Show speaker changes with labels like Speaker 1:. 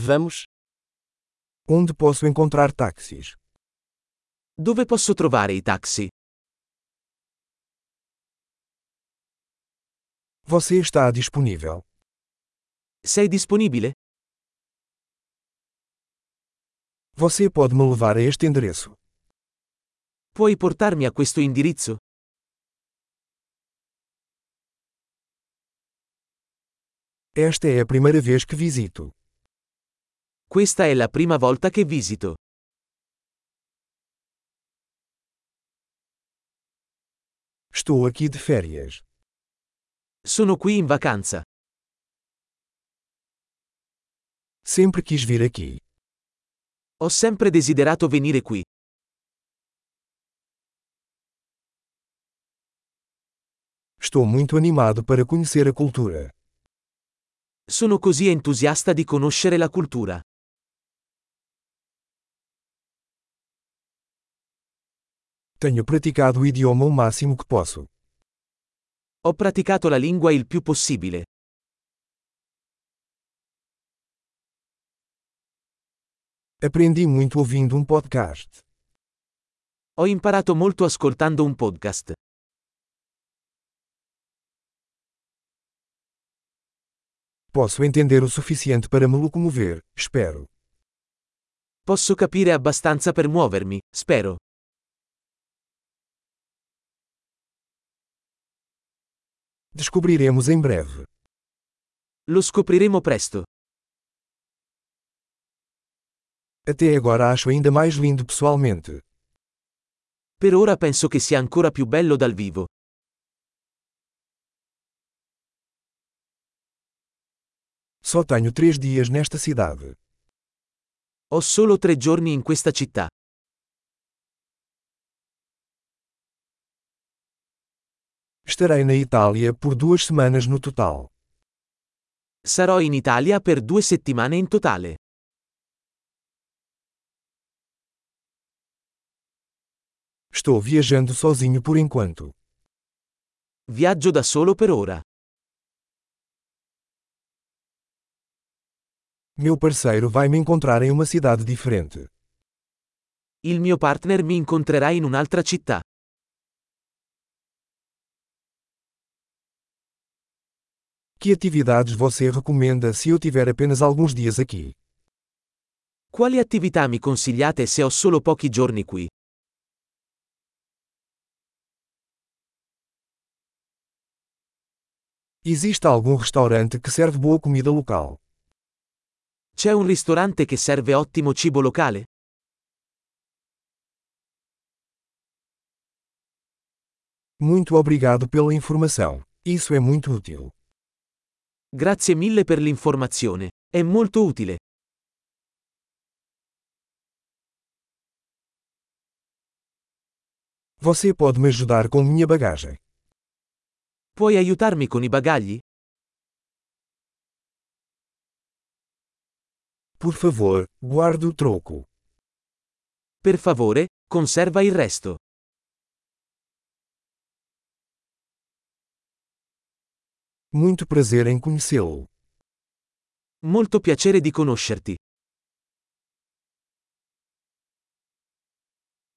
Speaker 1: Vamos.
Speaker 2: Onde posso encontrar táxis?
Speaker 1: Dove posso trovare i taxi?
Speaker 2: Você está disponível.
Speaker 1: Sei disponibile?
Speaker 2: Você pode me levar a este endereço.
Speaker 1: Puoi portarmi a questo indirizzo?
Speaker 2: Esta é a primeira vez que visito.
Speaker 1: Questa è la prima volta che visito.
Speaker 2: Estou aqui de férias.
Speaker 1: Sono qui in vacanza.
Speaker 2: Sempre quis vir aqui.
Speaker 1: Ho sempre desiderato venire qui.
Speaker 2: Estou muito animado para conhecer a cultura.
Speaker 1: Sono così entusiasta di conoscere la cultura.
Speaker 2: Tenho praticado o idioma o máximo que posso.
Speaker 1: Ho praticato la lingua il più possibile.
Speaker 2: Aprendi muito ouvindo um podcast.
Speaker 1: Ho imparato molto ascoltando un podcast.
Speaker 2: Posso entender o suficiente para me locomover, espero.
Speaker 1: Posso capire abbastanza per muovermi, spero.
Speaker 2: Descobriremos em breve.
Speaker 1: Lo scopriremo presto.
Speaker 2: Até agora acho ainda mais lindo pessoalmente.
Speaker 1: Per ora penso che sia ancora più bello dal vivo.
Speaker 2: Só tenho três dias nesta cidade.
Speaker 1: Ho solo tre giorni in questa città.
Speaker 2: Estarei na Itália por duas semanas no total.
Speaker 1: Sarò in Italia per due settimane in totale.
Speaker 2: Estou viajando sozinho por enquanto.
Speaker 1: Viaggio da solo per ora.
Speaker 2: Meu parceiro vai me encontrar em uma cidade diferente.
Speaker 1: Il mio partner mi incontrerà in un'altra città.
Speaker 2: Que atividades você recomenda se eu tiver apenas alguns dias aqui?
Speaker 1: Quali attività mi consigliate se ho solo pochi giorni qui?
Speaker 2: Existe algum restaurante que serve boa comida local?
Speaker 1: C'è un ristorante che serve ottimo cibo locale?
Speaker 2: Muito obrigado pela informação. Isso é muito útil.
Speaker 1: Grazie mille per l'informazione, è molto utile.
Speaker 2: Você pode me ajudar com minha bagagem.
Speaker 1: Puoi aiutarmi con i bagagli?
Speaker 2: Por favor, guarde o troco.
Speaker 1: Per favore, conserva il resto.
Speaker 2: Muito prazer em conhecê-lo.
Speaker 1: Molto piacere di conoscerti.